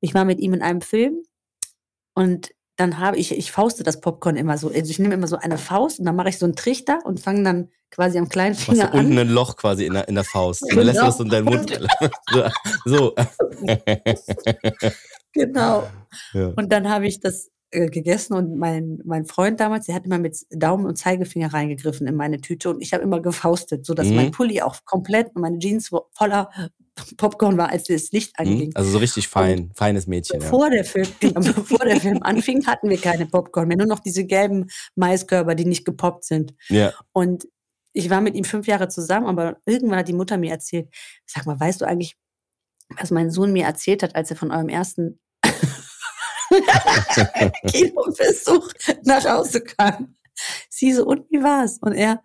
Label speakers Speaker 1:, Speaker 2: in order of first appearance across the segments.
Speaker 1: Ich war mit ihm in einem Film und dann habe ich, ich fauste das Popcorn immer so. Also ich nehme immer so eine Faust und dann mache ich so einen Trichter und fange dann quasi am kleinen
Speaker 2: Du hast
Speaker 1: Finger
Speaker 2: ja unten
Speaker 1: an.
Speaker 2: ein Loch quasi in der, in der Faust. Und dann lässt du das in deinen Mund. so.
Speaker 1: Genau.
Speaker 2: Ja.
Speaker 1: Und dann habe ich das äh, gegessen und mein, mein Freund damals, der hat immer mit Daumen und Zeigefinger reingegriffen in meine Tüte und ich habe immer gefaustet, sodass
Speaker 2: Mhm.
Speaker 1: mein Pulli auch komplett und meine Jeans wo- voller Popcorn war, als das Licht anging.
Speaker 2: Also so richtig fein, feines Mädchen. Ja.
Speaker 1: Bevor, der Film, genau, bevor der Film anfing, hatten wir keine Popcorn mehr, nur noch diese gelben Maiskörper, die nicht gepoppt sind.
Speaker 2: ja.
Speaker 1: Und ich war mit ihm fünf Jahre zusammen, aber irgendwann hat die Mutter mir erzählt, sag mal, weißt du eigentlich, was mein Sohn mir erzählt hat, als er von eurem ersten Kinobesuch nach Hause kam? Sie so, und wie war's? Und er,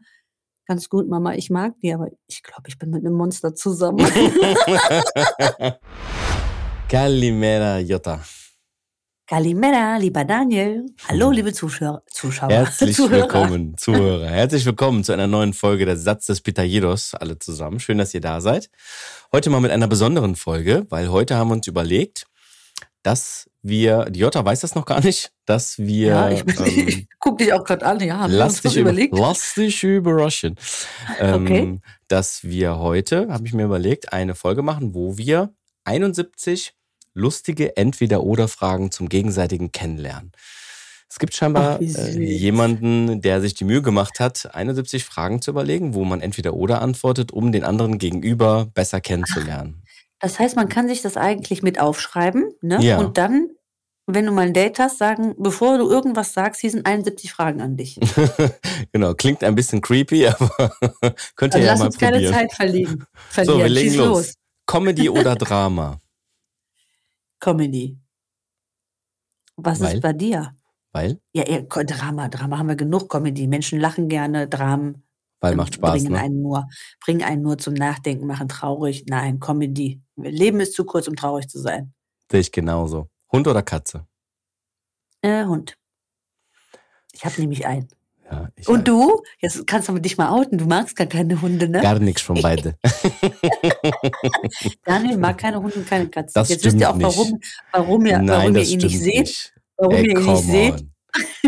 Speaker 1: ganz gut, Mama, ich mag die, aber ich glaube, ich bin mit einem Monster zusammen.
Speaker 2: Calimera Jota.
Speaker 1: Kalimera, lieber Daniel. Hallo, liebe Zuschauer. Zuschauer
Speaker 2: Herzlich
Speaker 1: Zuhörer.
Speaker 2: willkommen, Zuhörer. Herzlich willkommen zu einer neuen Folge der Satz des Pitajedos, alle zusammen. Schön, dass ihr da seid. Heute mal mit einer besonderen Folge, weil heute haben wir uns überlegt, dass wir, die Jota weiß das noch gar nicht, dass wir.
Speaker 1: Ja, ich,
Speaker 2: ähm,
Speaker 1: ich guck dich auch gerade an. Ja, haben wir uns
Speaker 2: lass
Speaker 1: was
Speaker 2: dich, über,
Speaker 1: überlegt?
Speaker 2: lass dich überraschen. Ähm,
Speaker 1: Okay.
Speaker 2: Dass wir heute, habe ich mir überlegt, eine Folge machen, wo wir 71 lustige Entweder-Oder-Fragen zum gegenseitigen Kennenlernen. Es gibt scheinbar
Speaker 1: Ach, wie süß.
Speaker 2: äh, jemanden, der sich die Mühe gemacht hat, 71 Fragen zu überlegen, wo man entweder oder antwortet, um den anderen gegenüber besser kennenzulernen.
Speaker 1: Das heißt, man kann sich das eigentlich mit aufschreiben, ne?
Speaker 2: Ja.
Speaker 1: Und dann, wenn du mal ein Date hast, sagen, bevor du irgendwas sagst, hier sind 71 Fragen an dich.
Speaker 2: genau, klingt ein bisschen creepy, aber könnt
Speaker 1: Also
Speaker 2: ihr ja
Speaker 1: lass
Speaker 2: mal
Speaker 1: uns keine
Speaker 2: probieren.
Speaker 1: Zeit verlieren. verlieren.
Speaker 2: so, wir legen
Speaker 1: Schieß
Speaker 2: los. Comedy oder Drama?
Speaker 1: Comedy. Was
Speaker 2: Weil?
Speaker 1: ist bei dir?
Speaker 2: Weil?
Speaker 1: Ja, eher Ko- Drama, Drama haben wir genug Comedy. Menschen lachen gerne, Dramen
Speaker 2: Weil
Speaker 1: ähm,
Speaker 2: macht Spaß,
Speaker 1: bringen
Speaker 2: ne?
Speaker 1: einen nur, bringen einen nur zum Nachdenken, machen traurig. Nein, Comedy. Leben ist zu kurz, um traurig zu sein.
Speaker 2: Sehe ich genauso. Hund oder Katze?
Speaker 1: Äh, Hund. Ich habe nämlich einen.
Speaker 2: Ja, ich
Speaker 1: Und du? Jetzt kannst du dich mal outen. Du magst gar keine Hunde, ne?
Speaker 2: Gar nichts von beide.
Speaker 1: Daniel mag keine Hunde und keine Katzen.
Speaker 2: Das
Speaker 1: Jetzt wisst ihr auch,
Speaker 2: stimmt
Speaker 1: warum, warum, ihr,
Speaker 2: Nein,
Speaker 1: warum ihr
Speaker 2: das
Speaker 1: ihn
Speaker 2: stimmt
Speaker 1: nicht seht.
Speaker 2: nicht.
Speaker 1: Warum
Speaker 2: Ey,
Speaker 1: ihr ihn
Speaker 2: come
Speaker 1: nicht seht.
Speaker 2: on.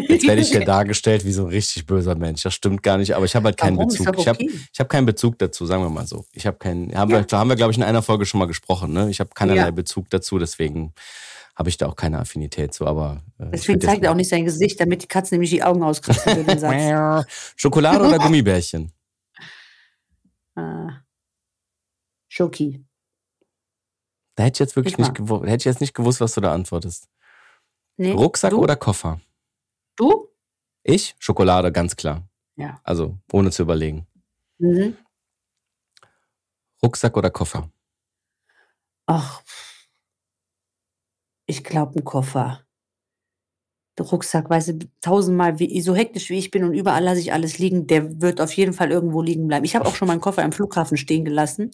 Speaker 2: Jetzt werde ich hier dargestellt wie so ein richtig böser Mensch. Das stimmt gar nicht, aber ich habe halt keinen
Speaker 1: Warum? Ist
Speaker 2: Bezug.
Speaker 1: doch
Speaker 2: Ich habe
Speaker 1: okay.
Speaker 2: ich hab keinen Bezug dazu, sagen wir mal so. Ich habe keinen, haben wir, haben wir glaube ich in einer Folge schon mal gesprochen, ne? Ich habe keinerlei
Speaker 1: Ja.
Speaker 2: Bezug dazu, deswegen habe ich da auch keine Affinität zu, aber äh,
Speaker 1: Deswegen
Speaker 2: ich find jetzt-
Speaker 1: zeigt er auch nicht sein Gesicht, damit die Katzen nämlich die Augen auskriegen für den Satz.
Speaker 2: Schokolade oder Gummibärchen?
Speaker 1: Ah. Schoki.
Speaker 2: Da hätte ich jetzt wirklich
Speaker 1: Ich mag.
Speaker 2: nicht, gewu- hätte ich jetzt nicht gewusst, was du da antwortest.
Speaker 1: Nee,
Speaker 2: Rucksack
Speaker 1: Hm? du?
Speaker 2: oder Koffer?
Speaker 1: Du?
Speaker 2: Ich? Schokolade, ganz klar.
Speaker 1: Ja.
Speaker 2: Also, ohne zu überlegen.
Speaker 1: Mhm.
Speaker 2: Rucksack oder Koffer?
Speaker 1: Ach. Ich glaube, ein Koffer. Der Rucksack, weißt du, tausendmal, wie, so hektisch wie ich bin und überall lasse ich alles liegen, der wird auf jeden Fall irgendwo liegen bleiben. Ich habe auch schon meinen Koffer am Flughafen stehen gelassen,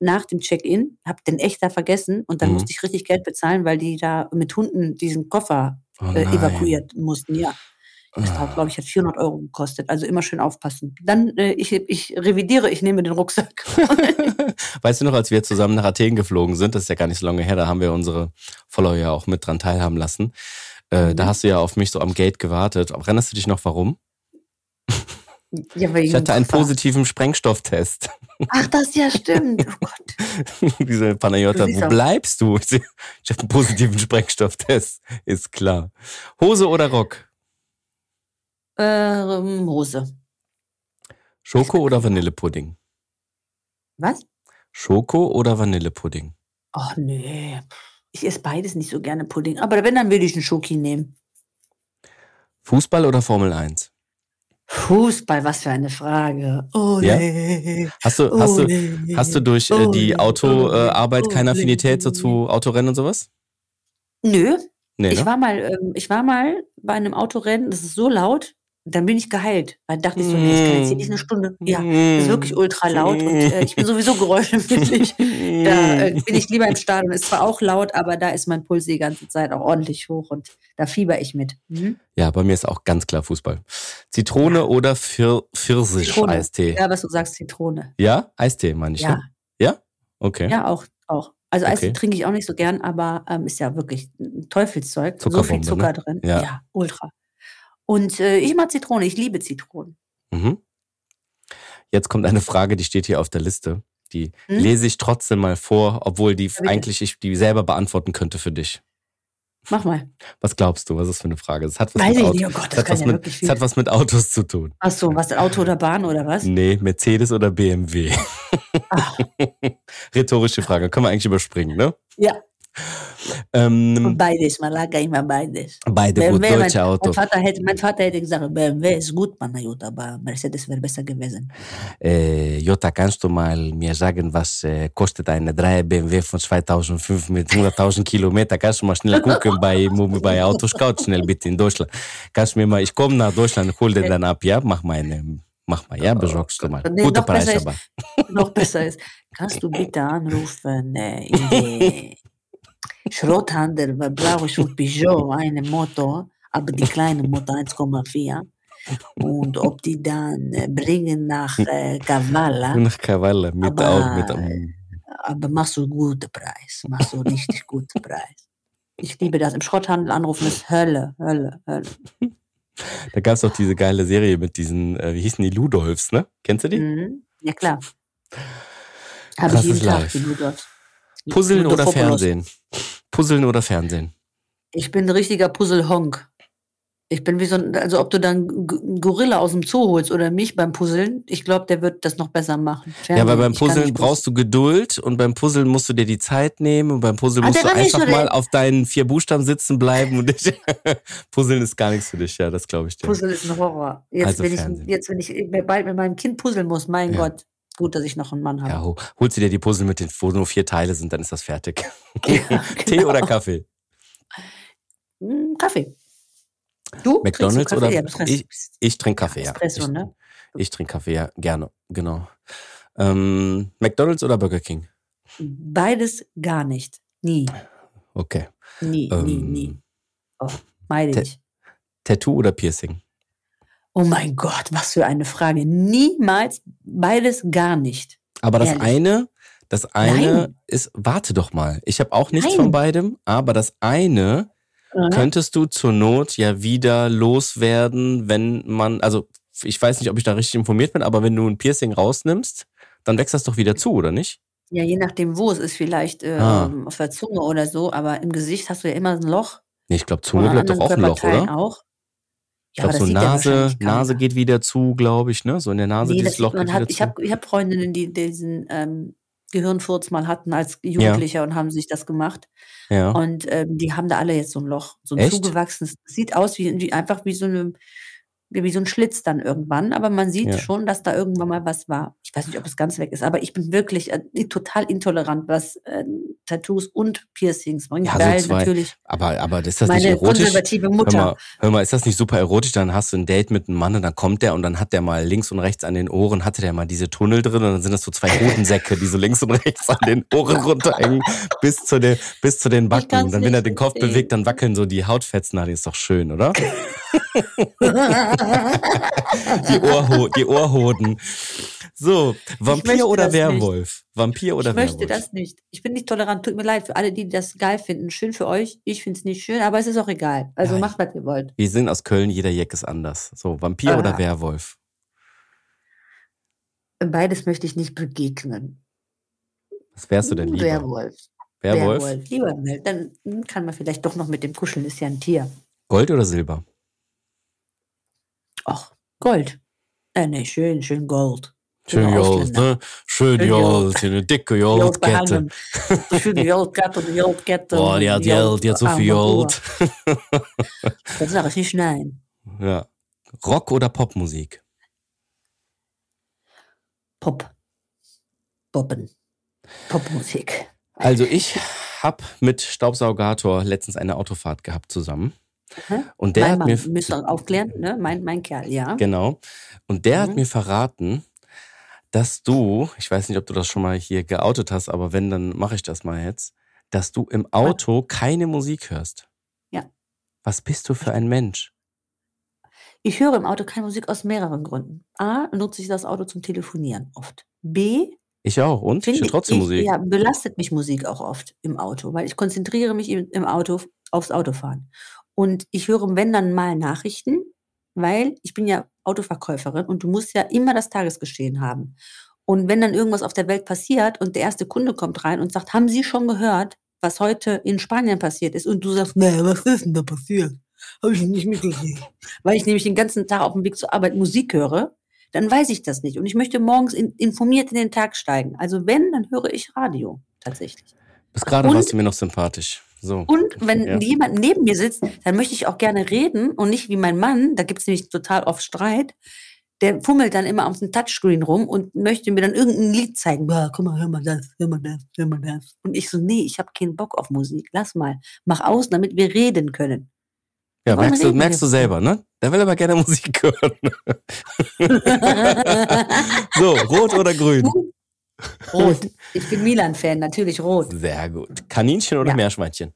Speaker 1: nach dem Check-in, habe den echt da vergessen und dann
Speaker 2: Mhm.
Speaker 1: musste ich richtig Geld bezahlen, weil die da mit Hunden diesen Koffer
Speaker 2: Oh
Speaker 1: äh,
Speaker 2: nein. Ah.
Speaker 1: evakuiert mussten, ja. Das hat, glaube ich, hat 400 Euro gekostet. Also immer schön aufpassen. Dann, äh, ich, ich revidiere, ich nehme den Rucksack.
Speaker 2: Weißt du noch, als wir zusammen nach Athen geflogen sind, das ist ja gar nicht so lange her, da haben wir unsere Follower ja auch mit dran teilhaben lassen. Äh, Da
Speaker 1: Mhm.
Speaker 2: hast du ja auf mich so am Gate gewartet. Erinnerst du dich noch, warum?
Speaker 1: Ja, weil
Speaker 2: Ich hatte einen
Speaker 1: Koffer.
Speaker 2: positiven Sprengstofftest.
Speaker 1: Ach, das ja stimmt. Oh Gott.
Speaker 2: Diese Panayota,
Speaker 1: Du siehst
Speaker 2: wo
Speaker 1: auch-
Speaker 2: bleibst du? Ich habe einen positiven Sprengstofftest, ist klar. Hose oder Rock?
Speaker 1: Ähm, Hose.
Speaker 2: Schoko oder Vanillepudding?
Speaker 1: Was?
Speaker 2: Schoko oder Vanillepudding?
Speaker 1: Ach nee. Ich esse beides nicht so gerne Pudding. Aber wenn, dann würde ich einen Schoki nehmen.
Speaker 2: Fußball oder Formel 1?
Speaker 1: Fußball, was für eine Frage. Ole,
Speaker 2: Hast du, hast du,
Speaker 1: ole,
Speaker 2: hast du durch äh, die
Speaker 1: ole,
Speaker 2: Autoarbeit äh,
Speaker 1: ole,
Speaker 2: Arbeit keine
Speaker 1: ole.
Speaker 2: Affinität so zu Autorennen und sowas?
Speaker 1: Nö,
Speaker 2: Nee,
Speaker 1: ich
Speaker 2: ne?
Speaker 1: war mal, ähm, ich war mal bei einem Autorennen, das ist so laut, dann bin ich geheilt. Dann dachte ich so, nee, ich kann jetzt hier nicht eine Stunde. Ja, ist
Speaker 2: Mm.
Speaker 1: wirklich ultra laut und äh, ich bin sowieso geräuschempfindlich. Da äh,
Speaker 2: Mm.
Speaker 1: bin ich lieber im Stadion. Ist zwar auch laut, aber da ist mein Puls die ganze Zeit auch ordentlich hoch und da fieber ich mit. Mhm.
Speaker 2: Ja, bei mir ist auch ganz klar Fußball. Zitrone oder Pfir
Speaker 1: Zitrone.
Speaker 2: Pfirsich-Eistee? Ja.
Speaker 1: Ja, was du sagst, Zitrone.
Speaker 2: Eistee meine ich.
Speaker 1: Ja,
Speaker 2: Ne? Ja? Okay.
Speaker 1: ja, auch. auch. Also Eis
Speaker 2: Okay.
Speaker 1: trinke ich auch nicht so gern, aber ähm, ist ja wirklich ein Teufelszeug. So
Speaker 2: Zuckerbombe,
Speaker 1: viel
Speaker 2: ne?
Speaker 1: Zucker drin.
Speaker 2: Ja.
Speaker 1: Ja. ultra. Und äh, ich mag Zitrone, ich liebe Zitronen.
Speaker 2: Mhm. Jetzt kommt eine Frage, die steht hier auf der Liste. Die
Speaker 1: Hm?
Speaker 2: lese ich trotzdem mal vor, obwohl die
Speaker 1: bitte.
Speaker 2: eigentlich ich die selber beantworten könnte für dich.
Speaker 1: Mach mal.
Speaker 2: Was glaubst du, was ist für eine Frage? Es hat was,
Speaker 1: Weiß
Speaker 2: mit,
Speaker 1: ich
Speaker 2: Auto,
Speaker 1: nicht, oh Gott,
Speaker 2: es
Speaker 1: das
Speaker 2: hat
Speaker 1: kann
Speaker 2: was,
Speaker 1: ja
Speaker 2: mit,
Speaker 1: wirklich
Speaker 2: es
Speaker 1: viel.
Speaker 2: hat Mhm. was mit Autos zu tun.
Speaker 1: Ach so, was, Auto oder Bahn oder was?
Speaker 2: Nee, Mercedes oder BMW?
Speaker 1: Ach,
Speaker 2: Rhetorische Frage, können wir eigentlich überspringen, ne?
Speaker 1: Ja.
Speaker 2: Ähm,
Speaker 1: beides, man lag ja immer beides.
Speaker 2: beide gut,
Speaker 1: mein,
Speaker 2: deutsche
Speaker 1: mein,
Speaker 2: Autos.
Speaker 1: Vater hätte, mein Vater hätte gesagt, BMW ist gut, man, na gut, aber Mercedes wäre besser gewesen.
Speaker 2: Äh, Jota, kannst du mal mir sagen, was äh, kostet eine 3 BMW von 2005 mit 100.000 Kilometer? Kannst du mal schnell gucken bei, bei Autoscout, schnell bitte in Deutschland. Kannst du mir mal, ich komme nach Deutschland, hol den dann ab, ja? Mach mal, eine, mach mal ja, besorgst du mal.
Speaker 1: Oh, Nee,
Speaker 2: Guter
Speaker 1: noch
Speaker 2: Preis
Speaker 1: besser ist-
Speaker 2: aber.
Speaker 1: Noch besser ist, kannst du bitte anrufen äh, in die Schrotthandel, weil brauche ich für Peugeot eine Motor, aber die kleine Motor 1,4. Und ob die dann äh, bringen nach äh, Kavala,
Speaker 2: Nach Kavala, mit
Speaker 1: Aber-
Speaker 2: auch mit. ähm,
Speaker 1: aber machst du guten Preis, machst du richtig guten Preis. Ich liebe das. Im Schrotthandel anrufen ist Hölle, Hölle, Hölle.
Speaker 2: Da gab es doch diese geile Serie mit diesen, äh, wie hießen die Ludolfs, ne? Kennst du die?
Speaker 1: Mhm. Ja, klar. Habe ich
Speaker 2: Krasses
Speaker 1: jeden Tag
Speaker 2: Live.
Speaker 1: genudert.
Speaker 2: Puzzeln oder
Speaker 1: Ludophopolos.
Speaker 2: Fernsehen? Puzzeln oder Fernsehen?
Speaker 1: Ich bin ein richtiger Puzzlehonk. Ich bin wie so ein, also ob du dann G- einen Gorilla aus dem Zoo holst oder mich beim Puzzeln, ich glaube, der wird das noch besser machen.
Speaker 2: Ja,
Speaker 1: Fernsehen,
Speaker 2: weil beim
Speaker 1: ich kann
Speaker 2: Puzzeln
Speaker 1: nicht
Speaker 2: brauchst du Geduld und beim Puzzeln musst du dir die Zeit nehmen und beim Puzzeln
Speaker 1: Ah,
Speaker 2: musst
Speaker 1: der
Speaker 2: du
Speaker 1: war nicht
Speaker 2: einfach
Speaker 1: so
Speaker 2: mal
Speaker 1: der-
Speaker 2: auf deinen vier Buchstaben sitzen bleiben und dich Puzzeln ist gar nichts für dich, ja, das glaube ich dir.
Speaker 1: Puzzle ist ein Horror. Jetzt,
Speaker 2: Also
Speaker 1: wenn
Speaker 2: Fernsehen.
Speaker 1: ich, jetzt, wenn ich bald mit meinem Kind puzzeln muss, mein
Speaker 2: Ja.
Speaker 1: Gott, gut, dass ich noch einen Mann
Speaker 2: Ja,
Speaker 1: habe.
Speaker 2: ho- holst du dir die Puzzle mit den, wo nur vier Teile sind, dann ist das fertig. Tee
Speaker 1: genau.
Speaker 2: oder Kaffee?
Speaker 1: Mm, Kaffee. Du? trinkst du
Speaker 2: McDonald's
Speaker 1: Kaffee?
Speaker 2: oder-
Speaker 1: Ja, du trinkst-
Speaker 2: ich- Ich trinke Kaffee, ja.
Speaker 1: Espresso,
Speaker 2: ich,
Speaker 1: ne?
Speaker 2: ich trinke Kaffee, ja, gerne, genau. Ähm, McDonalds oder Burger King?
Speaker 1: Beides gar nicht. Nie,
Speaker 2: Okay.
Speaker 1: nie, nie, nie.
Speaker 2: Ähm,
Speaker 1: Meide
Speaker 2: Te-
Speaker 1: ich.
Speaker 2: Tattoo oder Piercing?
Speaker 1: Oh mein Gott, was für eine Frage. Niemals beides gar nicht.
Speaker 2: Aber das
Speaker 1: Ehrlich?
Speaker 2: eine, das eine
Speaker 1: Nein.
Speaker 2: ist, warte doch mal, ich habe auch nichts
Speaker 1: Nein.
Speaker 2: von beidem, aber das eine könntest du zur Not ja wieder loswerden, wenn man, also ich weiß nicht, ob ich da richtig informiert bin, aber wenn du ein Piercing rausnimmst, dann wächst das doch wieder zu, oder nicht?
Speaker 1: Ja, je nachdem, wo es ist, vielleicht äh,
Speaker 2: Ah.
Speaker 1: ähm, auf der Zunge oder so, aber im Gesicht hast du ja immer ein Loch.
Speaker 2: Nee, ich glaube,
Speaker 1: und
Speaker 2: Zunge
Speaker 1: an
Speaker 2: bleibt doch auch
Speaker 1: anderen
Speaker 2: ein Loch,
Speaker 1: Körperteilen
Speaker 2: oder?
Speaker 1: Auch.
Speaker 2: Ich
Speaker 1: Ja, aber das
Speaker 2: glaube, so
Speaker 1: sieht ja
Speaker 2: Nase,
Speaker 1: wahrscheinlich keiner.
Speaker 2: Nase geht wieder zu, glaube ich, ne? So in der Nase
Speaker 1: Nee,
Speaker 2: dieses
Speaker 1: das,
Speaker 2: Loch
Speaker 1: man
Speaker 2: geht
Speaker 1: hat,
Speaker 2: wieder
Speaker 1: ich
Speaker 2: zu.
Speaker 1: habe ich hab Freundinnen, die diesen ähm, Gehirnfurz mal hatten als Jugendlicher und haben sich das gemacht.
Speaker 2: ja.
Speaker 1: Und ähm, die haben da alle jetzt so ein Loch, so ein
Speaker 2: Echt?
Speaker 1: zugewachsenes. Das sieht aus wie, wie einfach wie so eine wie wie so ein Schlitz dann irgendwann, aber man sieht
Speaker 2: Ja.
Speaker 1: schon, dass da irgendwann mal was war. Ich weiß nicht, ob es ganz weg ist, aber ich bin wirklich äh, total intolerant, was äh, Tattoos und Piercings bringt,
Speaker 2: Ja, so
Speaker 1: weil
Speaker 2: zwei.
Speaker 1: natürlich
Speaker 2: Aber, aber ist das nicht
Speaker 1: meine
Speaker 2: erotisch?
Speaker 1: konservative
Speaker 2: Hör
Speaker 1: Mutter
Speaker 2: mal, hör mal, ist das nicht super erotisch? Dann hast du ein Date mit einem Mann und dann kommt der und dann hat der mal links und rechts an den Ohren, hatte der mal diese Tunnel drin und dann sind das so zwei Hodensäcke, die so links und rechts an den Ohren runterhängen bis zu den, bis zu den Backen.
Speaker 1: kann's
Speaker 2: Und dann, wenn
Speaker 1: nicht
Speaker 2: er den Kopf
Speaker 1: verstehen.
Speaker 2: bewegt, dann wackeln so die Hautfetzen. Na, die ist doch schön, oder? Die, Ohrho die Ohrhoden. So, Vampir
Speaker 1: möchte
Speaker 2: oder
Speaker 1: das nicht.
Speaker 2: Werwolf? Vampir oder
Speaker 1: ich möchte
Speaker 2: Werwolf?
Speaker 1: das nicht. Ich bin nicht tolerant. Tut mir leid für alle, die das geil finden. Schön für euch. Ich finde es nicht schön, aber es ist auch egal. Also
Speaker 2: Nein.
Speaker 1: macht, was ihr wollt.
Speaker 2: Wir sind aus Köln, jeder Jeck ist anders. So, Vampir
Speaker 1: Ah.
Speaker 2: oder Werwolf?
Speaker 1: Beides möchte ich nicht begegnen. Hm,
Speaker 2: Was wärst du denn lieber?
Speaker 1: Werwolf.
Speaker 2: Werwolf?
Speaker 1: Lieber Uh, Werwolf. Dann kann man vielleicht doch noch mit dem kuscheln. Ist ja ein Tier.
Speaker 2: Gold oder Silber?
Speaker 1: Ach, Gold. Äh, nee, schön, schön Gold.
Speaker 2: Schön
Speaker 1: Oder
Speaker 2: Jolt,
Speaker 1: Ausländer.
Speaker 2: ne? Schön
Speaker 1: Schön
Speaker 2: Jolt, eine dicke
Speaker 1: Gold
Speaker 2: Joltkette.
Speaker 1: behangen. Schön Goldkette und Goldkette.
Speaker 2: Boah, die hat Jolt, die hat so viel Jolt.
Speaker 1: Das sage ich nicht, nein.
Speaker 2: Ja. Rock oder Popmusik?
Speaker 1: Pop. Boppen. Popmusik.
Speaker 2: Also ich habe mit Staubsaugator letztens eine Autofahrt gehabt zusammen.
Speaker 1: Mhm.
Speaker 2: Und der
Speaker 1: mein
Speaker 2: hat
Speaker 1: Mann,
Speaker 2: mir
Speaker 1: müsst ihr aufklären, ne? Mein, mein Kerl, ja.
Speaker 2: genau. Und der hat
Speaker 1: Mhm.
Speaker 2: mir verraten, dass du, ich weiß nicht, ob du das schon mal hier geoutet hast, aber wenn, dann mache ich das mal jetzt, dass du im Auto keine Musik hörst.
Speaker 1: Ja.
Speaker 2: Was bist du für ein Mensch?
Speaker 1: Ich höre im Auto keine Musik aus mehreren Gründen. A, nutze ich das Auto zum Telefonieren oft. B,
Speaker 2: Ich auch. Und? Ich höre trotzdem
Speaker 1: ich,
Speaker 2: Musik.
Speaker 1: Ja, belastet mich Musik auch oft im Auto, weil ich konzentriere mich im, im Auto f- aufs Autofahren. Und ich höre, wenn dann mal Nachrichten, weil ich bin ja Autoverkäuferin und du musst ja immer das Tagesgeschehen haben. Und wenn dann irgendwas auf der Welt passiert und der erste Kunde kommt rein und sagt, haben Sie schon gehört, was heute in Spanien passiert ist? Und du sagst, naja, was ist denn da passiert? Habe ich nicht mitgekriegt. Weil ich nämlich den ganzen Tag auf dem Weg zur Arbeit Musik höre, dann weiß ich das nicht. Und ich möchte morgens in, informiert in den Tag steigen. Also wenn, dann höre ich Radio tatsächlich.
Speaker 2: Bis gerade
Speaker 1: Und-
Speaker 2: warst du mir noch sympathisch. So.
Speaker 1: Und wenn
Speaker 2: Ja.
Speaker 1: jemand neben mir sitzt, dann möchte ich auch gerne reden und nicht wie mein Mann, da gibt es nämlich total oft Streit, der fummelt dann immer auf dem Touchscreen rum und möchte mir dann irgendein Lied zeigen. Bah, guck mal, hör mal das, hör mal das, hör mal das. Und ich so, nee, ich habe keinen Bock auf Musik. Lass mal, mach aus, damit wir reden können.
Speaker 2: Ja,
Speaker 1: Warum
Speaker 2: merkst du,
Speaker 1: reden
Speaker 2: merkst du
Speaker 1: wir?
Speaker 2: selber, ne? Der will aber gerne Musik hören. So, rot oder grün?
Speaker 1: rot. Ich bin Milan-Fan, natürlich rot.
Speaker 2: Sehr gut. Kaninchen oder
Speaker 1: Ja.
Speaker 2: Meerschweinchen?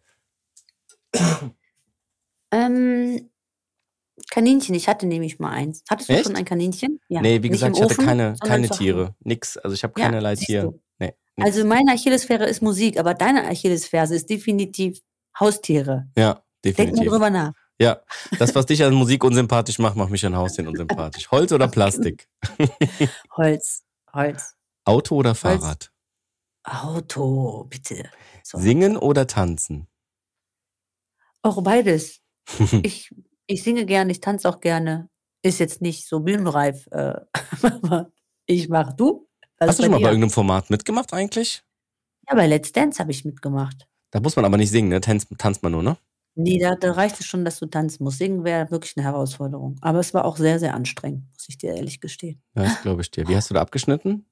Speaker 1: Ähm, Kaninchen, ich hatte nämlich mal eins. Hattest du
Speaker 2: Echt?
Speaker 1: schon ein Kaninchen? Ja.
Speaker 2: nee, wie
Speaker 1: Nicht im
Speaker 2: gesagt, ich hatte
Speaker 1: Ofen,
Speaker 2: keine,
Speaker 1: sondern
Speaker 2: keine
Speaker 1: zu Hause.
Speaker 2: Tiere. Nix. Also ich habe
Speaker 1: Ja,
Speaker 2: keinerlei
Speaker 1: siehst
Speaker 2: Tiere.
Speaker 1: du.
Speaker 2: Nee, nix.
Speaker 1: Also meine Achillesferse ist Musik, aber deine Achillesferse ist definitiv Haustiere.
Speaker 2: Ja,
Speaker 1: Denk mal
Speaker 2: definitiv.
Speaker 1: drüber nach.
Speaker 2: Ja, das, was dich an Musik unsympathisch macht, macht mich an Haustieren unsympathisch. Holz oder Plastik?
Speaker 1: Holz, Holz,
Speaker 2: Auto oder
Speaker 1: Holz.
Speaker 2: Fahrrad?
Speaker 1: Auto, bitte. So.
Speaker 2: Singen oder tanzen?
Speaker 1: Auch beides. Ich, ich singe gerne, ich tanze auch gerne. Ist jetzt nicht so bühnenreif. Äh, aber ich mach du. Was
Speaker 2: Hast du
Speaker 1: ist
Speaker 2: schon mal
Speaker 1: dir?
Speaker 2: bei irgendeinem Format mitgemacht eigentlich?
Speaker 1: Ja, bei Let's Dance habe ich mitgemacht.
Speaker 2: Da muss man aber nicht singen, ne? Tanzt, tanzt man nur, ne?
Speaker 1: Nee, da, da reicht es schon, dass du tanzen musst. Singen wäre wirklich eine Herausforderung. Aber es war auch sehr, sehr anstrengend, muss ich dir ehrlich gestehen.
Speaker 2: Ja, das glaube ich dir. Wie hast du da abgeschnitten?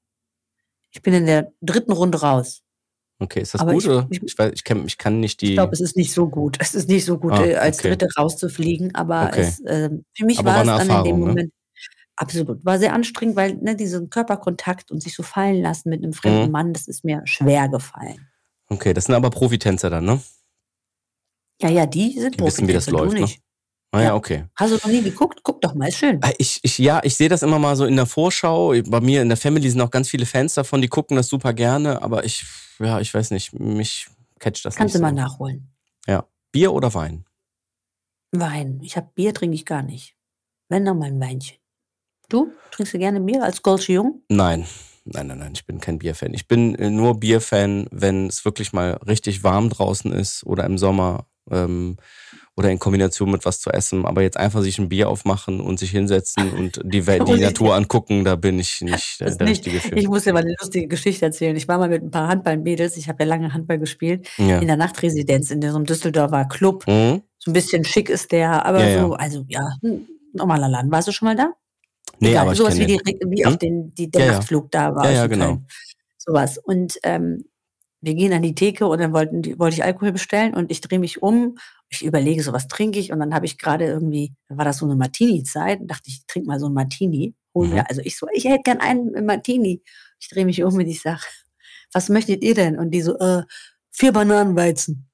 Speaker 1: Ich bin in der dritten Runde raus.
Speaker 2: Okay, ist das
Speaker 1: Aber
Speaker 2: gut
Speaker 1: ich-
Speaker 2: oder?
Speaker 1: ich-
Speaker 2: Ich, weiß, ich, kenn, ich kann nicht die.
Speaker 1: Ich glaube, es ist nicht so gut. Es ist nicht so gut,
Speaker 2: Ah,
Speaker 1: äh, als
Speaker 2: okay.
Speaker 1: Dritte rauszufliegen, aber
Speaker 2: Okay.
Speaker 1: es, ähm, für mich
Speaker 2: Aber
Speaker 1: war,
Speaker 2: war
Speaker 1: es
Speaker 2: eine
Speaker 1: dann in
Speaker 2: Erfahrung,
Speaker 1: dem
Speaker 2: ne?
Speaker 1: Moment absolut. War sehr anstrengend, weil ne, diesen Körperkontakt und sich so fallen lassen mit einem fremden
Speaker 2: Mhm.
Speaker 1: Mann, das ist mir schwer gefallen.
Speaker 2: okay, das sind aber Profitänzer dann, ne?
Speaker 1: Ja, ja, die sind
Speaker 2: Die wissen, wie das
Speaker 1: Profitänzer, du
Speaker 2: läuft, ne?
Speaker 1: nicht.
Speaker 2: Ah, ja,
Speaker 1: Ja.
Speaker 2: okay.
Speaker 1: Hast du noch nie geguckt? Guck doch mal, ist schön.
Speaker 2: Ah, Ich, ich, ja, ich sehe das immer mal so in der Vorschau. Bei mir in der Family sind auch ganz viele Fans davon, die gucken das super gerne, aber ich, ja, ich weiß nicht, mich catcht das
Speaker 1: Kannst du
Speaker 2: nicht.
Speaker 1: mal
Speaker 2: so.
Speaker 1: nachholen.
Speaker 2: Bier oder Wein?
Speaker 1: Wein. Ich habe Bier trinke ich gar nicht. Wenn dann mal ein Weinchen. Du trinkst du gerne Bier als Golsche Jung?
Speaker 2: Nein. Nein, nein, nein, ich bin kein Bierfan. Ich bin äh, nur Bierfan, wenn es wirklich mal richtig warm draußen ist oder im Sommer ähm, oder in Kombination mit was zu essen. Aber jetzt einfach sich ein Bier aufmachen und sich hinsetzen und die, Wel- die
Speaker 1: Und ich-
Speaker 2: Natur angucken, da bin ich nicht äh,
Speaker 1: Das
Speaker 2: der
Speaker 1: nicht.
Speaker 2: Richtige für.
Speaker 1: Ich muss dir mal eine lustige Geschichte erzählen. Ich war mal mit ein paar Handballmädels, ich habe ja lange Handball gespielt,
Speaker 2: Ja.
Speaker 1: in der Nachtresidenz in so einem Düsseldorfer Club.
Speaker 2: Hm?
Speaker 1: So ein bisschen schick ist der, aber
Speaker 2: Ja, ja.
Speaker 1: so, also ja, hm, normaler Laden. Warst du schon mal da?
Speaker 2: Nee,
Speaker 1: Egal,
Speaker 2: aber ich
Speaker 1: sowas
Speaker 2: kenne
Speaker 1: wie, die,
Speaker 2: den.
Speaker 1: Re- wie auf
Speaker 2: Hm?
Speaker 1: den, die, der
Speaker 2: Ja, ja.
Speaker 1: Nachtflug da war.
Speaker 2: Ja,
Speaker 1: aus
Speaker 2: ja,
Speaker 1: dem
Speaker 2: genau.
Speaker 1: Köln. Sowas. Und ähm, wir gehen an die Theke und dann wollten, die- wollte ich Alkohol bestellen und ich drehe mich um. Ich überlege, so was trinke ich und dann habe ich gerade irgendwie, dann war das so eine Martini-Zeit, und dachte ich, ich trinke mal so einen Martini. Hol
Speaker 2: Mhm.
Speaker 1: mir, also ich so, ich hätte gern einen Martini. Ich drehe mich um und ich sage, was möchtet ihr denn? Und die so, äh, vier Bananenweizen.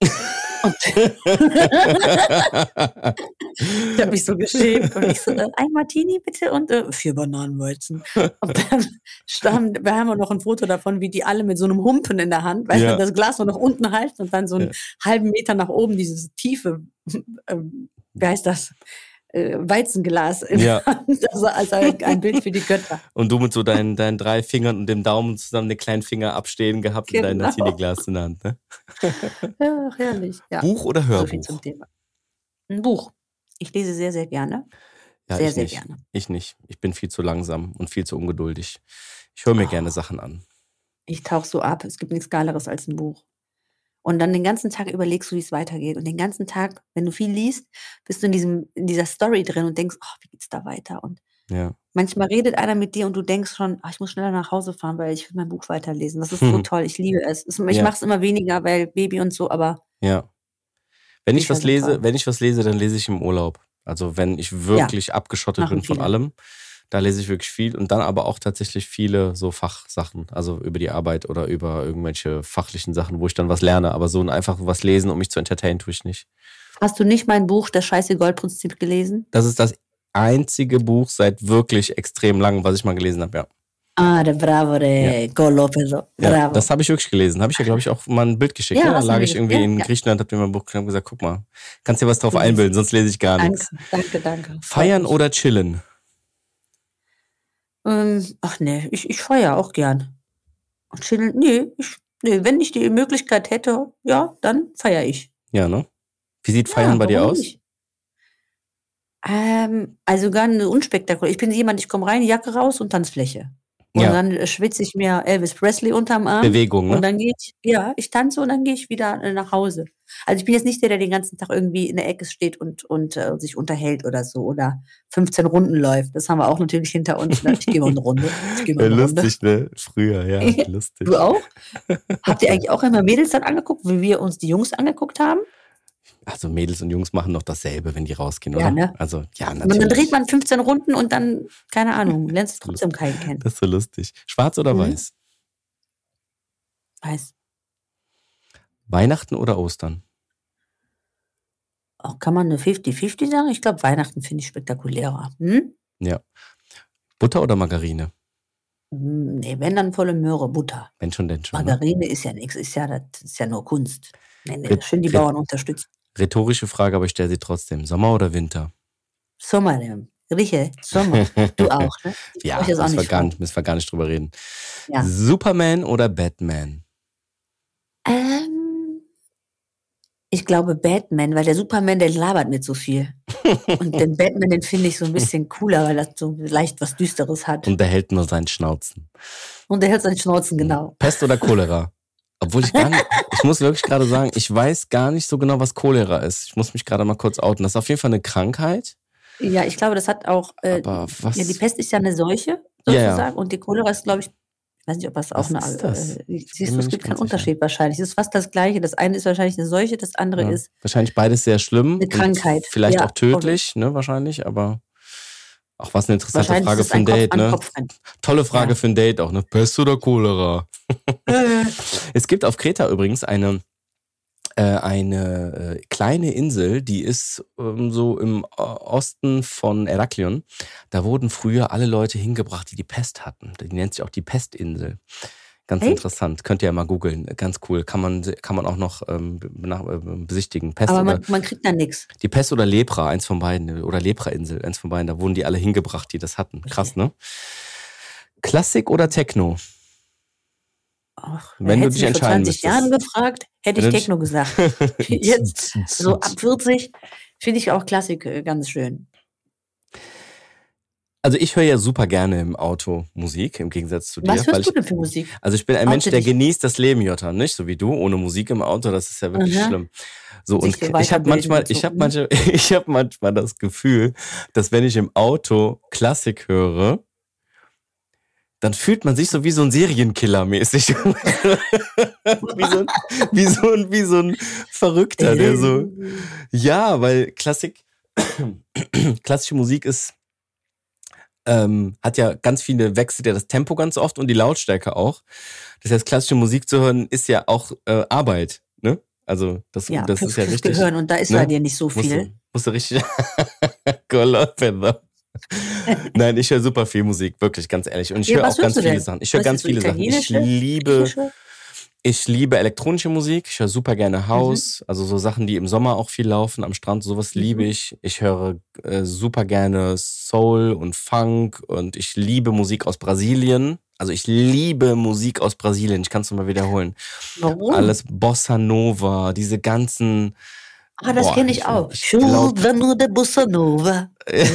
Speaker 1: und ich habe mich so geschämt und ich so, äh, ein Martini bitte und äh, vier Bananenweizen. Und dann starren, wir haben auch noch ein Foto davon, wie die alle mit so einem Humpen in der Hand, weil
Speaker 2: Ja.
Speaker 1: sie das Glas so nach unten halten und dann so einen
Speaker 2: Ja.
Speaker 1: halben Meter nach oben dieses tiefe, ähm, wie heißt das, äh, Weizenglas in
Speaker 2: Ja.
Speaker 1: der Hand. Also, also ein ein Bild für die Götter.
Speaker 2: Und du mit so deinen, deinen drei Fingern und dem Daumen zusammen den kleinen Finger abstehen gehabt und dein
Speaker 1: Genau.
Speaker 2: Martini-Glas in der Hand. Ne?
Speaker 1: Ja, herrlich. Ja,
Speaker 2: Buch oder
Speaker 1: so viel
Speaker 2: Hörbuch?
Speaker 1: zum Thema. Ein Buch. Ich lese sehr, sehr gerne.
Speaker 2: ja,
Speaker 1: sehr,
Speaker 2: ich
Speaker 1: sehr
Speaker 2: nicht.
Speaker 1: gerne.
Speaker 2: Ich nicht. Ich bin viel zu langsam und viel zu ungeduldig. Ich höre mir
Speaker 1: Oh.
Speaker 2: gerne Sachen an.
Speaker 1: Ich tauche so ab. Es gibt nichts Geileres als ein Buch. Und dann den ganzen Tag überlegst du, wie es weitergeht. Und den ganzen Tag, wenn du viel liest, bist du in, diesem, in dieser Story drin und denkst, oh, wie geht's da weiter? Und
Speaker 2: Ja.
Speaker 1: Manchmal redet einer mit dir und du denkst schon, ah, ich muss schneller nach Hause fahren, weil ich will mein Buch weiterlesen. Das ist so
Speaker 2: Mhm.
Speaker 1: toll, ich liebe es. Es- Ich
Speaker 2: Ja.
Speaker 1: mache es immer weniger, weil Baby und so, aber
Speaker 2: Ja. Wenn ich
Speaker 1: Ich
Speaker 2: was
Speaker 1: weiß nicht,
Speaker 2: lese,
Speaker 1: warum.
Speaker 2: wenn ich was lese, dann lese ich im Urlaub. Also wenn ich wirklich abgeschottet
Speaker 1: machen
Speaker 2: bin von
Speaker 1: viele.
Speaker 2: allem, da lese ich wirklich viel und dann aber auch tatsächlich viele so Fachsachen, also über die Arbeit oder über irgendwelche fachlichen Sachen, wo ich dann was lerne. Aber so ein einfach was lesen, um mich zu entertainen, tue ich nicht.
Speaker 1: hast du nicht mein Buch Das scheiße Goldprinzip gelesen?
Speaker 2: Das ist das einzige Buch seit wirklich extrem langem, was ich mal gelesen habe. Ja,
Speaker 1: Ah, de bravo, de Golo Peso.
Speaker 2: ja
Speaker 1: Bravo.
Speaker 2: das habe ich wirklich gelesen. Habe ich ja glaube ich auch mal ein Bild geschickt.
Speaker 1: Ja,
Speaker 2: ne? Da
Speaker 1: hast du
Speaker 2: lag
Speaker 1: mir
Speaker 2: ich
Speaker 1: geschickt,
Speaker 2: irgendwie
Speaker 1: ja,
Speaker 2: in
Speaker 1: ja. Hm.
Speaker 2: Griechenland, habe mir mein Buch genommen und gesagt, guck mal, kannst dir was drauf
Speaker 1: Du siehst.
Speaker 2: einbilden, sonst lese ich gar nichts.
Speaker 1: danke, danke, danke.
Speaker 2: Feiern oder chillen?
Speaker 1: Ähm, ach nee, ich, ich feiere auch gern. Und chillen, nee, ich, nee, wenn ich die Möglichkeit hätte, ja, dann feiere ich.
Speaker 2: Ja, ne? Wie sieht Feiern
Speaker 1: ja,
Speaker 2: bei dir
Speaker 1: warum
Speaker 2: aus?
Speaker 1: nicht? Ähm, also gar nicht unspektakulär. Ich bin jemand, ich komme rein, Jacke raus und Tanzfläche. Und
Speaker 2: Ja.
Speaker 1: dann äh, schwitze ich mir Elvis Presley unterm Arm.
Speaker 2: Bewegung,
Speaker 1: Und
Speaker 2: ne?
Speaker 1: dann gehe ich, ja, ich tanze und dann gehe ich wieder äh, nach Hause. Also ich bin jetzt nicht der, der den ganzen Tag irgendwie in der Ecke steht und, und äh, sich unterhält oder so oder 15 Runden läuft. Das haben wir auch natürlich hinter uns. Ne? Ich gehe mal eine Runde. Ich gehe mal
Speaker 2: Ja,
Speaker 1: eine Runde.
Speaker 2: lustig, ne? Früher, ja, lustig.
Speaker 1: Du auch? Habt ihr eigentlich auch immer Mädels dann angeguckt, wie wir uns die Jungs angeguckt haben?
Speaker 2: Also Mädels und Jungs machen doch dasselbe, wenn die rausgehen, oder?
Speaker 1: Ja, ne?
Speaker 2: Also, ja,
Speaker 1: Und
Speaker 2: natürlich.
Speaker 1: dann dreht man 15 Runden und dann, keine Ahnung, lernst du trotzdem keinen kennen.
Speaker 2: das ist so lustig. Schwarz oder
Speaker 1: Mhm.
Speaker 2: weiß?
Speaker 1: Weiß.
Speaker 2: Weihnachten oder Ostern?
Speaker 1: Auch kann man eine 50-50 sagen? Ich glaube, Weihnachten finde ich spektakulärer. Hm?
Speaker 2: Butter oder Margarine?
Speaker 1: Hm, Nee, wenn dann volle Möhre, Butter.
Speaker 2: Wenn schon, denn schon. Ne?
Speaker 1: Margarine ist ja nichts, ist ja, das ist ja nur Kunst. Nee, nee,
Speaker 2: Rit-
Speaker 1: schön die
Speaker 2: Rit-
Speaker 1: Bauern unterstützen.
Speaker 2: Rhetorische Frage, aber ich stelle sie trotzdem. Sommer oder Winter?
Speaker 1: Sommer, ähm, Rieche, Sommer. Du auch, ne? Ich
Speaker 2: ja,
Speaker 1: brauch jetzt auch
Speaker 2: müssen wir,
Speaker 1: nicht
Speaker 2: gar
Speaker 1: fragen.
Speaker 2: nicht, müssen wir gar nicht drüber reden.
Speaker 1: Ja.
Speaker 2: Superman oder Batman?
Speaker 1: Ähm, ich glaube Batman, weil der Superman, der labert mit so viel. Und den Batman, den finde ich so ein bisschen cooler, weil das so leicht was Düsteres hat.
Speaker 2: Und Hm. der hält nur seinen Schnauzen.
Speaker 1: Und der hält seinen Schnauzen genau.
Speaker 2: Pest oder Cholera? Obwohl ich gar nicht, ich muss wirklich gerade sagen, ich weiß gar nicht so genau, was Cholera ist. Ich muss mich gerade mal kurz outen. Das ist auf jeden Fall eine Krankheit.
Speaker 1: Ja, ich glaube, das hat auch. Äh,
Speaker 2: Aber was-
Speaker 1: Ja, die Pest ist ja eine Seuche,
Speaker 2: Ja, ja.
Speaker 1: sozusagen. Und die Cholera ist, glaube ich, ich weiß nicht, ob das auch
Speaker 2: Was
Speaker 1: eine.
Speaker 2: ist das?
Speaker 1: Äh,
Speaker 2: Ich bin
Speaker 1: siehst
Speaker 2: mir
Speaker 1: du, es
Speaker 2: nicht
Speaker 1: gibt keinen
Speaker 2: ganz sicher.
Speaker 1: Unterschied wahrscheinlich. Es ist fast das Gleiche. Das eine ist wahrscheinlich eine Seuche, das andere
Speaker 2: Ja.
Speaker 1: ist.
Speaker 2: Wahrscheinlich beides sehr schlimm.
Speaker 1: Eine
Speaker 2: und
Speaker 1: Krankheit,
Speaker 2: Vielleicht
Speaker 1: ja.
Speaker 2: auch tödlich, ne, wahrscheinlich, aber auch was eine interessante
Speaker 1: Wahrscheinlich
Speaker 2: Frage
Speaker 1: ist es
Speaker 2: für ein
Speaker 1: ein Kopf
Speaker 2: Date,
Speaker 1: an
Speaker 2: ne?
Speaker 1: Kopf rennen.
Speaker 2: Tolle Frage
Speaker 1: Ja.
Speaker 2: für ein Date auch, ne? Pest oder Cholera?
Speaker 1: Äh,
Speaker 2: Es gibt auf Kreta übrigens eine, äh, eine äh, kleine Insel, die ist ähm, so im O- Osten von Heraklion. Da wurden früher alle Leute hingebracht, die die Pest hatten. Die nennt sich auch die Pestinsel. Ganz
Speaker 1: Echt?
Speaker 2: interessant. Könnt ihr ja mal googeln. Ganz cool. Kann man, kann man auch noch ähm, be- nach, äh, besichtigen. Pest
Speaker 1: aber
Speaker 2: oder,
Speaker 1: man, man kriegt da nichts.
Speaker 2: die Pest oder Lepra, eins von beiden. Oder Lepra-Insel, eins von beiden. Da wurden die alle hingebracht, die das hatten. Krass, ne? Klassik oder Techno?
Speaker 1: Ach,
Speaker 2: Wenn du
Speaker 1: hättest
Speaker 2: dich
Speaker 1: mich vor
Speaker 2: entscheiden
Speaker 1: 20 Jahren gefragt, hätte ich
Speaker 2: Wenn du dich-
Speaker 1: Techno gesagt. Jetzt, so Also ab 40, finde ich auch Klassik äh, ganz schön.
Speaker 2: Also ich höre ja super gerne im Auto Musik, im Gegensatz zu dir.
Speaker 1: Was
Speaker 2: weil
Speaker 1: hörst du
Speaker 2: ich,
Speaker 1: denn für Musik?
Speaker 2: Also ich bin ein Mensch, der
Speaker 1: Hauptsächlich-
Speaker 2: genießt das Leben, Jota, nicht? So wie du, ohne Musik im Auto, das ist ja wirklich
Speaker 1: Aha.
Speaker 2: schlimm. So und
Speaker 1: Sich so
Speaker 2: ich
Speaker 1: weiterbilden
Speaker 2: habe manchmal,
Speaker 1: und so,
Speaker 2: ich habe
Speaker 1: mhm.
Speaker 2: manchmal, ich habe manchmal das Gefühl, dass wenn ich im Auto Klassik höre, dann fühlt man sich so wie so ein Serienkiller mäßig. wie, so ein, wie, so ein, wie so ein Verrückter, der so. Ja, weil Klassik, klassische Musik ist, ähm, hat ja ganz viele, wechselt ja das Tempo ganz oft und die Lautstärke auch. Das heißt, klassische Musik zu hören ist ja auch äh, Arbeit, ne? Also, das,
Speaker 1: Ja,
Speaker 2: das ist ja
Speaker 1: fürs
Speaker 2: richtig.
Speaker 1: Gehirn und da ist
Speaker 2: ne?
Speaker 1: bei dir nicht so
Speaker 2: Musst
Speaker 1: viel.
Speaker 2: du, musst du richtig. Golofender. Nein, ich höre super viel Musik, wirklich, ganz ehrlich. Und ich
Speaker 1: Ja,
Speaker 2: höre
Speaker 1: was
Speaker 2: auch ganz
Speaker 1: hörst du
Speaker 2: viele
Speaker 1: denn?
Speaker 2: Sachen. Ich höre
Speaker 1: Was
Speaker 2: ganz
Speaker 1: ist so
Speaker 2: viele Sachen. Ich
Speaker 1: italienische,
Speaker 2: liebe
Speaker 1: Griechische?
Speaker 2: ich liebe elektronische Musik. Ich höre super gerne House, also so Sachen, die im Sommer auch viel laufen, am Strand, sowas
Speaker 1: Mhm.
Speaker 2: liebe ich. Ich höre äh, super gerne Soul und Funk und ich liebe Musik aus Brasilien. Also ich liebe Musik aus
Speaker 1: Oh.
Speaker 2: Brasilien. Ich kann es nochmal wiederholen.
Speaker 1: Warum?
Speaker 2: Alles Bossa Nova, diese ganzen
Speaker 1: Ah, das
Speaker 2: Boah,
Speaker 1: kenne ich
Speaker 2: ich-
Speaker 1: auch.
Speaker 2: ich glaub- Äh,
Speaker 1: Giovano de Bossa Nova. Ist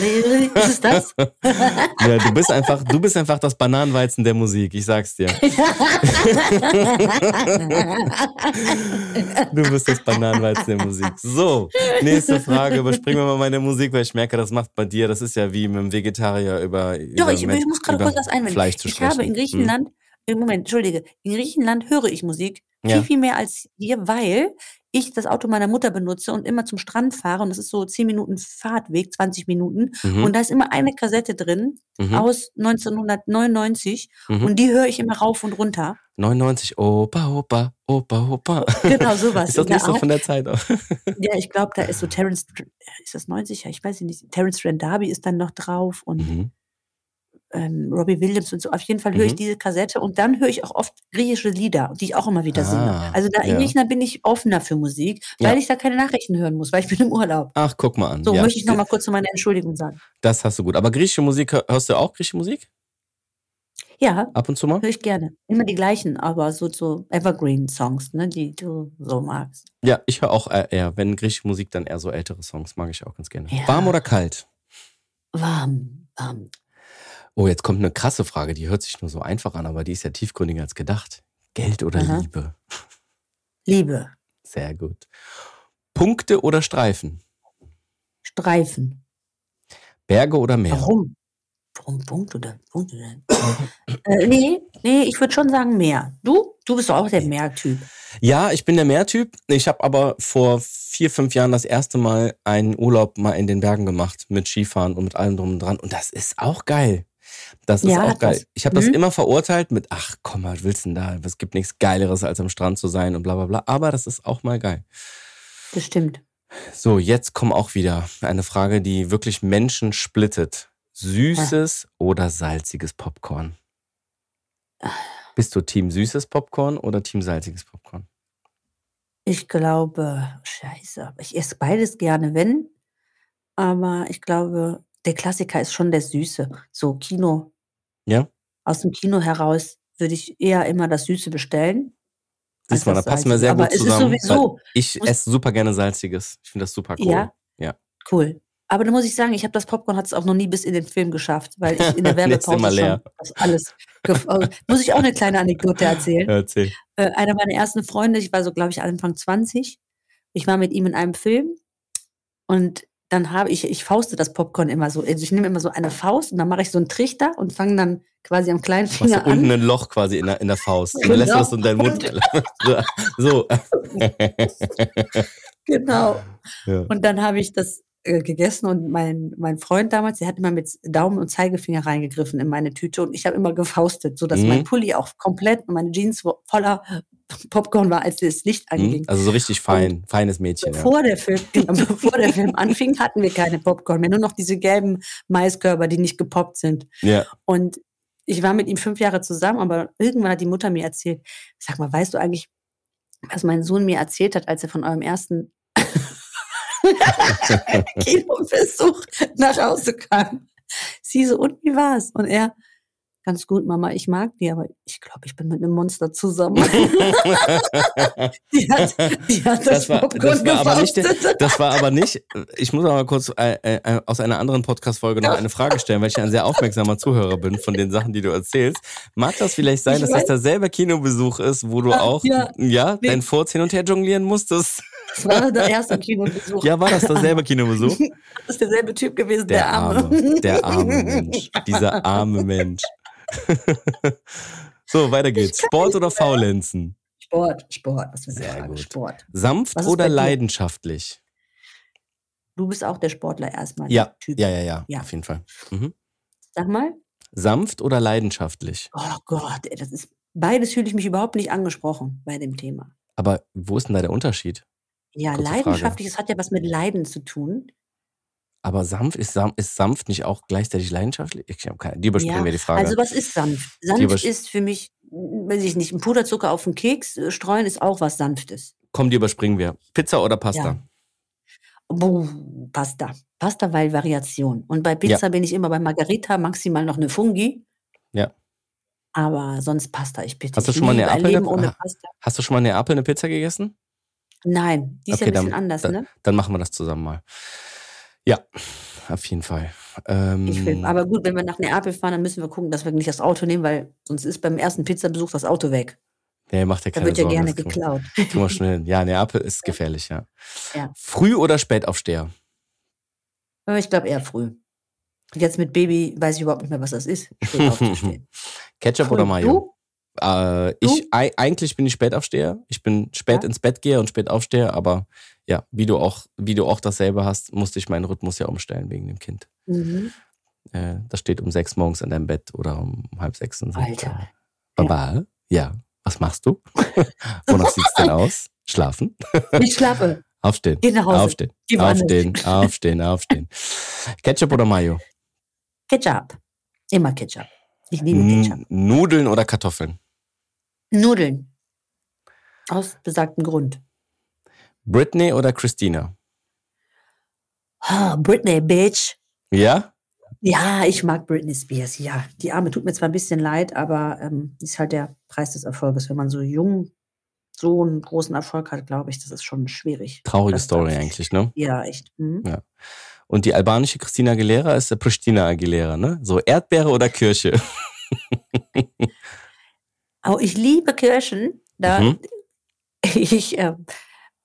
Speaker 1: es das?
Speaker 2: Ja, du bist einfach, du bist einfach das Bananenweizen der Musik, ich sag's dir. Du bist das Bananenweizen der Musik. So, nächste Frage. Überspringen wir mal meine Musik, weil ich merke, das macht bei dir, das ist ja wie mit dem Vegetarier über.
Speaker 1: Doch,
Speaker 2: über
Speaker 1: ich,
Speaker 2: Met-
Speaker 1: ich muss gerade
Speaker 2: über
Speaker 1: kurz was einwenden.
Speaker 2: Fleisch zu
Speaker 1: ich habe
Speaker 2: sprechen. Hm.
Speaker 1: in Griechenland, äh, Moment, Entschuldige, in Griechenland höre ich Musik viel,
Speaker 2: Ja.
Speaker 1: viel mehr als hier, weil ich das Auto meiner Mutter benutze und immer zum Strand fahre und das ist so 10 Minuten Fahrtweg, 20 Minuten
Speaker 2: Mhm.
Speaker 1: und da ist immer eine Kassette drin
Speaker 2: Mhm.
Speaker 1: aus 1999
Speaker 2: Mhm.
Speaker 1: und die höre ich immer rauf und runter.
Speaker 2: 99, Opa, Opa, Opa, Opa.
Speaker 1: Genau sowas.
Speaker 2: Ist das
Speaker 1: in der
Speaker 2: nicht so
Speaker 1: Art.
Speaker 2: von der Zeit aus?
Speaker 1: Ja, ich glaube, da ist so Terence, äh, ist das 90er? Ich weiß nicht. Terence Rendabi ist dann noch drauf und
Speaker 2: Mhm.
Speaker 1: ähm, Robbie Williams und so. Auf jeden Fall höre ich
Speaker 2: Mhm.
Speaker 1: diese Kassette und dann höre ich auch oft griechische Lieder, die ich auch immer wieder
Speaker 2: Ah,
Speaker 1: singe. Also da in
Speaker 2: ja.
Speaker 1: Griechenland bin ich offener für Musik,
Speaker 2: Ja.
Speaker 1: weil ich da keine Nachrichten hören muss, weil ich bin im Urlaub.
Speaker 2: Ach, guck mal an.
Speaker 1: So
Speaker 2: ja.
Speaker 1: möchte ich nochmal kurz zu meiner Entschuldigung sagen.
Speaker 2: Das hast du gut. Aber griechische Musik, hör- hörst du auch griechische Musik?
Speaker 1: Ja,
Speaker 2: Ab und zu mal?
Speaker 1: höre ich gerne. Immer die gleichen, aber so, so Evergreen-Songs, ne, die du so magst.
Speaker 2: Ja, ich höre auch äh, eher, wenn griechische Musik, dann eher so ältere Songs. Mag ich auch ganz gerne.
Speaker 1: Ja.
Speaker 2: Warm oder kalt?
Speaker 1: Warm, warm.
Speaker 2: Oh, jetzt kommt eine krasse Frage, die hört sich nur so einfach an, aber die ist ja tiefgründiger als gedacht. Geld oder
Speaker 1: Aha.
Speaker 2: Liebe?
Speaker 1: Liebe,
Speaker 2: Sehr gut. Punkte oder Streifen?
Speaker 1: Streifen.
Speaker 2: Berge oder Meer?
Speaker 1: Warum? Warum Punkt oder Punkt oder?
Speaker 2: Mhm.
Speaker 1: äh, nee, nee, ich würde schon sagen mehr. Du? Du bist doch auch der Mehr-Typ.
Speaker 2: Ja, ich bin der Meertyp. Ich habe aber vor vier, fünf Jahren das erste Mal einen Urlaub mal in den Bergen gemacht mit Skifahren und mit allem drum und dran. Und das ist auch geil. Das ist
Speaker 1: Ja,
Speaker 2: auch
Speaker 1: hat
Speaker 2: geil.
Speaker 1: was.
Speaker 2: Ich habe das
Speaker 1: Mhm.
Speaker 2: immer verurteilt mit, ach komm, was willst du denn da? Es gibt nichts Geileres, als am Strand zu sein und bla bla bla. Aber das ist auch mal geil.
Speaker 1: Das stimmt.
Speaker 2: So, jetzt kommt auch wieder eine Frage, die wirklich Menschen splittet. Süßes
Speaker 1: Ah.
Speaker 2: oder salziges Popcorn? Bist du Team süßes Popcorn oder Team salziges Popcorn?
Speaker 1: Ich glaube, scheiße, aber ich esse beides gerne, wenn. Aber ich glaube, der Klassiker ist schon der Süße. So Kino.
Speaker 2: Ja.
Speaker 1: Aus dem Kino heraus würde ich eher immer das Süße bestellen. als
Speaker 2: Siehst mal, da
Speaker 1: das
Speaker 2: passen wir
Speaker 1: Salzige.
Speaker 2: sehr
Speaker 1: aber
Speaker 2: gut zusammen.
Speaker 1: Es ist sowieso
Speaker 2: weil Ich
Speaker 1: Muss-
Speaker 2: esse super gerne salziges. Ich finde das super cool.
Speaker 1: Ja? cool. Aber da muss ich sagen, ich habe das Popcorn hat es auch noch nie bis in den Film geschafft, weil ich in der
Speaker 2: Lässt
Speaker 1: Werbepause
Speaker 2: immer leer.
Speaker 1: schon das alles. gef- oh, muss ich auch eine kleine Anekdote erzählen?
Speaker 2: Erzähl.
Speaker 1: äh, einer meiner ersten Freunde, ich war so, glaube ich, Anfang 20. Ich war mit ihm in einem Film und dann habe ich, ich fauste das Popcorn immer so. Also ich nehme immer so eine Faust und dann mache ich so einen Trichter und fange dann quasi am kleinen
Speaker 2: Du hast
Speaker 1: Finger
Speaker 2: ja unten
Speaker 1: an.
Speaker 2: ein Loch quasi in der, in der Faust. Und dann lässt du
Speaker 1: Genau.
Speaker 2: das in deinen Mund. so.
Speaker 1: Genau.
Speaker 2: Ja.
Speaker 1: Und dann habe ich das äh, gegessen und mein, mein Freund damals, der hat immer mit Daumen und Zeigefinger reingegriffen in meine Tüte und ich habe immer gefaustet, sodass
Speaker 2: Mhm.
Speaker 1: mein Pulli auch komplett und meine Jeans wo- voller Popcorn war, als das Licht anging.
Speaker 2: Hm? Also so richtig fein, feines Mädchen. Ja.
Speaker 1: Bevor der, Film, genau, bevor der Film anfing, hatten wir keine Popcorn mehr, nur noch diese gelben Maiskörper, die nicht gepoppt sind.
Speaker 2: ja.
Speaker 1: Und ich war mit ihm fünf Jahre zusammen, aber irgendwann hat die Mutter mir erzählt, sag mal, weißt du eigentlich, was mein Sohn mir erzählt hat, als er von eurem ersten Kinobesuch nach Hause kam? Sie so, und wie war's? Und er, ganz gut, Mama, ich mag die, aber ich glaube, ich bin mit einem Monster zusammen. die hat, die hat das,
Speaker 2: Das war- das
Speaker 1: Popcorn
Speaker 2: war aber nicht der-
Speaker 1: gefaustet.
Speaker 2: Das war aber nicht. Ich muss aber kurz äh, äh, aus einer anderen Podcast-Folge noch eine Frage stellen, weil ich ein sehr aufmerksamer Zuhörer bin von den Sachen, die du erzählst. Mag das vielleicht sein,
Speaker 1: Ich
Speaker 2: dass das
Speaker 1: weiß-
Speaker 2: derselbe Kinobesuch ist, wo du
Speaker 1: Ah,
Speaker 2: auch ja,
Speaker 1: ja. Nee.
Speaker 2: dein Furz hin und her jonglieren musstest?
Speaker 1: Das war der erste Kinobesuch.
Speaker 2: Ja, war das derselbe Kinobesuch?
Speaker 1: Das ist derselbe Typ gewesen, der, Arme.
Speaker 2: Der arme Mensch. Dieser arme Mensch. so, weiter geht's. Sport oder Faulenzen?
Speaker 1: Sport, Sport. Was für eine
Speaker 2: Sehr
Speaker 1: Frage.
Speaker 2: gut.
Speaker 1: Sport.
Speaker 2: Sanft
Speaker 1: Was ist bei
Speaker 2: oder
Speaker 1: dir?
Speaker 2: leidenschaftlich?
Speaker 1: Du bist auch der Sportler erstmal.
Speaker 2: Ja,
Speaker 1: Typ.
Speaker 2: ja, ja, ja,
Speaker 1: Ja.
Speaker 2: Auf jeden Fall.
Speaker 1: Sag mal.
Speaker 2: Sanft oder leidenschaftlich?
Speaker 1: Oh Gott, ey, das ist. Beides fühle ich mich überhaupt nicht angesprochen bei dem Thema.
Speaker 2: Aber wo ist denn da der Unterschied?
Speaker 1: Ja,
Speaker 2: Kurze Frage.
Speaker 1: leidenschaftlich, das hat ja was mit Leiden zu tun.
Speaker 2: Aber sanft ist, sam ist sanft nicht auch gleichzeitig leidenschaftlich? Ich habe keine. Die überspringen
Speaker 1: Ja,
Speaker 2: wir die Frage.
Speaker 1: Also was ist sanft?
Speaker 2: Übersch-
Speaker 1: Sanft ist für mich, m, weiß ich nicht, ein Puderzucker auf den Keks äh, streuen ist auch was Sanftes.
Speaker 2: Komm, die überspringen wir. Pizza oder Pasta?
Speaker 1: Buh, Pasta. Pasta, weil Variation. Und bei Pizza bin ich immer bei Margarita, maximal noch eine Fungi.
Speaker 2: Ja.
Speaker 1: Aber sonst Pasta, ich bitte.
Speaker 2: Hast du
Speaker 1: Ich
Speaker 2: schon mal eine
Speaker 1: liebe ein
Speaker 2: Apfel
Speaker 1: Leben
Speaker 2: gehabt?
Speaker 1: ohne
Speaker 2: Ah.
Speaker 1: Pasta?
Speaker 2: Hast du schon mal in Neapel eine Pizza gegessen?
Speaker 1: Nein, die ist ja
Speaker 2: Okay,
Speaker 1: ein bisschen
Speaker 2: dann-
Speaker 1: anders,
Speaker 2: dann-
Speaker 1: ne?
Speaker 2: Dann machen wir das zusammen mal. Ja, auf jeden Fall. Ähm,
Speaker 1: Ich will. Aber gut, wenn wir nach Neapel fahren, dann müssen wir gucken, dass wir nicht das Auto nehmen, weil sonst ist beim ersten Pizzabesuch das Auto weg.
Speaker 2: nee, macht ja
Speaker 1: Da
Speaker 2: keine
Speaker 1: wird ja
Speaker 2: Sorgen,
Speaker 1: gerne
Speaker 2: das kriegen wir-
Speaker 1: geklaut.
Speaker 2: Kriegen wir schnell hin. Ja, Neapel ist gefährlich, ja.
Speaker 1: Ja.
Speaker 2: Früh oder spät aufsteher?
Speaker 1: Aber ich glaube eher früh. Jetzt mit Baby weiß ich überhaupt nicht mehr, was das ist. Spät aufzustehen.
Speaker 2: Ketchup oder
Speaker 1: Früh.
Speaker 2: Mayo?
Speaker 1: Du?
Speaker 2: Äh, ich, ei- eigentlich bin ich spät aufsteher. Ich bin spät
Speaker 1: Ja.
Speaker 2: ins Bett gehe und spät aufstehe, aber ja, wie du auch, wie du auch dasselbe hast, musste ich meinen Rhythmus ja umstellen wegen dem Kind.
Speaker 1: Mhm.
Speaker 2: Äh, das steht um sechs morgens an deinem Bett oder um halb sechs. Und sagt,
Speaker 1: Alter.
Speaker 2: äh, Baba, ja. was machst du? Wonach sieht's denn aus? Schlafen?
Speaker 1: Ich schlafe.
Speaker 2: Aufstehen.
Speaker 1: Geh nach Hause.
Speaker 2: Aufstehen.
Speaker 1: Geh woanders.
Speaker 2: Aufstehen, aufstehen, aufstehen. Ketchup oder Mayo?
Speaker 1: Ketchup. Immer Ketchup. Ich liebe Ketchup.
Speaker 2: N Nudeln oder Kartoffeln?
Speaker 1: Nudeln. Aus besagtem Grund.
Speaker 2: Britney oder Christina?
Speaker 1: Ah, Britney, Bitch.
Speaker 2: Ja?
Speaker 1: Ja, ich mag Britney Spears, ja. Die Arme tut mir zwar ein bisschen leid, aber ähm, ist halt der Preis des Erfolges. Wenn man so jung so einen großen Erfolg hat, glaube ich, das ist schon schwierig.
Speaker 2: Traurige
Speaker 1: Das
Speaker 2: Story
Speaker 1: darf ich.
Speaker 2: eigentlich, ne?
Speaker 1: Ja, echt. Mhm.
Speaker 2: Und die albanische Christina Aguilera ist der Pristina Aguilera, ne? So Erdbeere oder Kirsche?
Speaker 1: Aber Oh, ich liebe Kirschen. Da
Speaker 2: Mhm.
Speaker 1: ich, äh,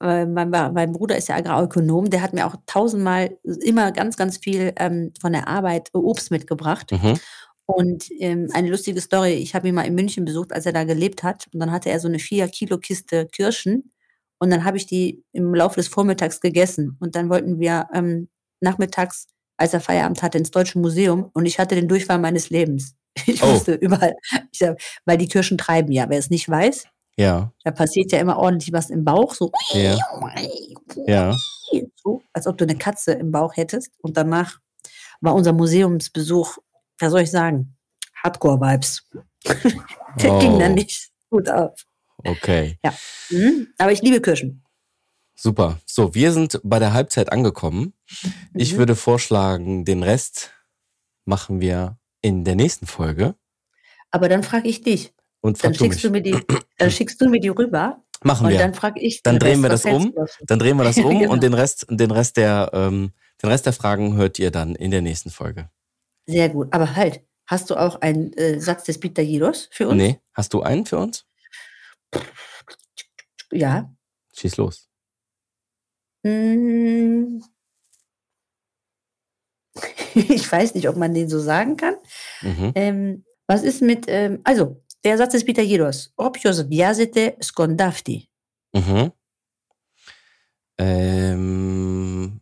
Speaker 1: äh, mein, Ba- mein Bruder ist ja Agrarökonom, der hat mir auch tausendmal immer ganz, ganz viel ähm, von der Arbeit Obst mitgebracht.
Speaker 2: Mhm.
Speaker 1: Und ähm, eine lustige Story, ich habe ihn mal in München besucht, als er da gelebt hat. Und dann hatte er so eine 4-Kilo-Kiste Kirschen. Und dann habe ich die im Laufe des Vormittags gegessen. Und dann wollten wir ähm, nachmittags, als er Feierabend hatte, ins Deutsche Museum. Und ich hatte den Durchfall meines Lebens. Ich
Speaker 2: Oh.
Speaker 1: musste überall, ich sag, weil die Kirschen treiben ja. Wer es nicht weiß,
Speaker 2: Ja,
Speaker 1: da passiert ja immer ordentlich was im Bauch. So,
Speaker 2: ja, ja.
Speaker 1: so als ob du eine Katze im Bauch hättest. Und danach war unser Museumsbesuch, was soll ich sagen, Hardcore-Vibes. Der ging dann
Speaker 2: Oh.
Speaker 1: nicht gut auf.
Speaker 2: Okay,
Speaker 1: Mhm. Aber ich liebe Kirschen.
Speaker 2: super. So, wir sind bei der Halbzeit angekommen. Ich
Speaker 1: Mhm.
Speaker 2: würde vorschlagen, den Rest machen wir in der nächsten Folge.
Speaker 1: Aber dann frage ich dich.
Speaker 2: Und
Speaker 1: Dann
Speaker 2: frag du mich.
Speaker 1: schickst du, mir die, dann schickst du mir die rüber
Speaker 2: machen
Speaker 1: und
Speaker 2: wir.
Speaker 1: dann frage ich.
Speaker 2: Dann
Speaker 1: den
Speaker 2: drehen
Speaker 1: Rest.
Speaker 2: wir
Speaker 1: Was hältst
Speaker 2: das um.
Speaker 1: du davon?
Speaker 2: Dann drehen wir das um
Speaker 1: Genau.
Speaker 2: und den Rest, den Rest der, ähm, den Rest der Fragen hört ihr dann in der nächsten Folge.
Speaker 1: Sehr gut. Aber halt, hast du auch einen äh, Satz des Peter Jiros für uns?
Speaker 2: Nee, hast du einen für uns?
Speaker 1: Ja.
Speaker 2: Schieß los.
Speaker 1: Mm. Ich weiß nicht, ob man den so sagen kann.
Speaker 2: Mhm.
Speaker 1: Ähm, was ist mit, ähm, also, der Satz des Peter Jedos. Opios viazete skondafti.
Speaker 2: Mhm. Ähm,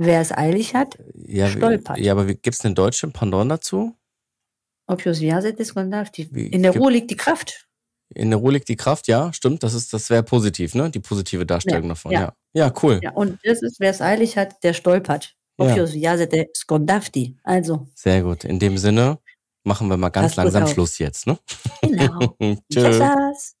Speaker 1: Wer es eilig hat,
Speaker 2: ja,
Speaker 1: Stolpert.
Speaker 2: wie- ja, aber gibt es einen deutschen Pendant dazu?
Speaker 1: opios viazete skondafti.
Speaker 2: Wie
Speaker 1: In der
Speaker 2: gibt-
Speaker 1: Ruhe liegt die Kraft.
Speaker 2: In der Ruhe liegt die Kraft, ja, stimmt. Das, ist- das wäre positiv, ne? Die positive Darstellung davon, ja. ja. cool.
Speaker 1: Ja, und das ist, wer es eilig hat, der stolpert.
Speaker 2: Ja.
Speaker 1: Opios viazete skondafti. Also,
Speaker 2: Sehr gut. In dem Sinne machen wir mal
Speaker 1: Passt
Speaker 2: ganz
Speaker 1: gut
Speaker 2: langsam
Speaker 1: auf.
Speaker 2: Schluss jetzt, ne?
Speaker 1: genau.
Speaker 2: Tschüss.
Speaker 1: Tschüss.